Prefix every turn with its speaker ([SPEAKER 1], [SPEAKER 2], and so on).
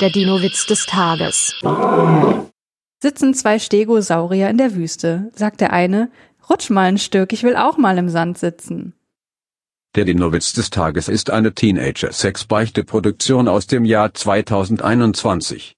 [SPEAKER 1] Der Dino-Witz des Tages.
[SPEAKER 2] Sitzen zwei Stegosaurier in der Wüste, sagt der eine, rutsch mal ein Stück, ich will auch mal im Sand sitzen.
[SPEAKER 3] Der Dinowitz des Tages ist eine Teenager-Sex-Beichte-Produktion aus dem Jahr 2021.